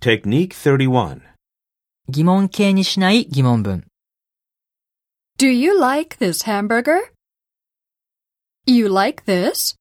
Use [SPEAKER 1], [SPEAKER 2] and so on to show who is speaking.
[SPEAKER 1] Technique 31.
[SPEAKER 2] 疑問形にしない疑問文。
[SPEAKER 3] Do you like this hamburger? You like this?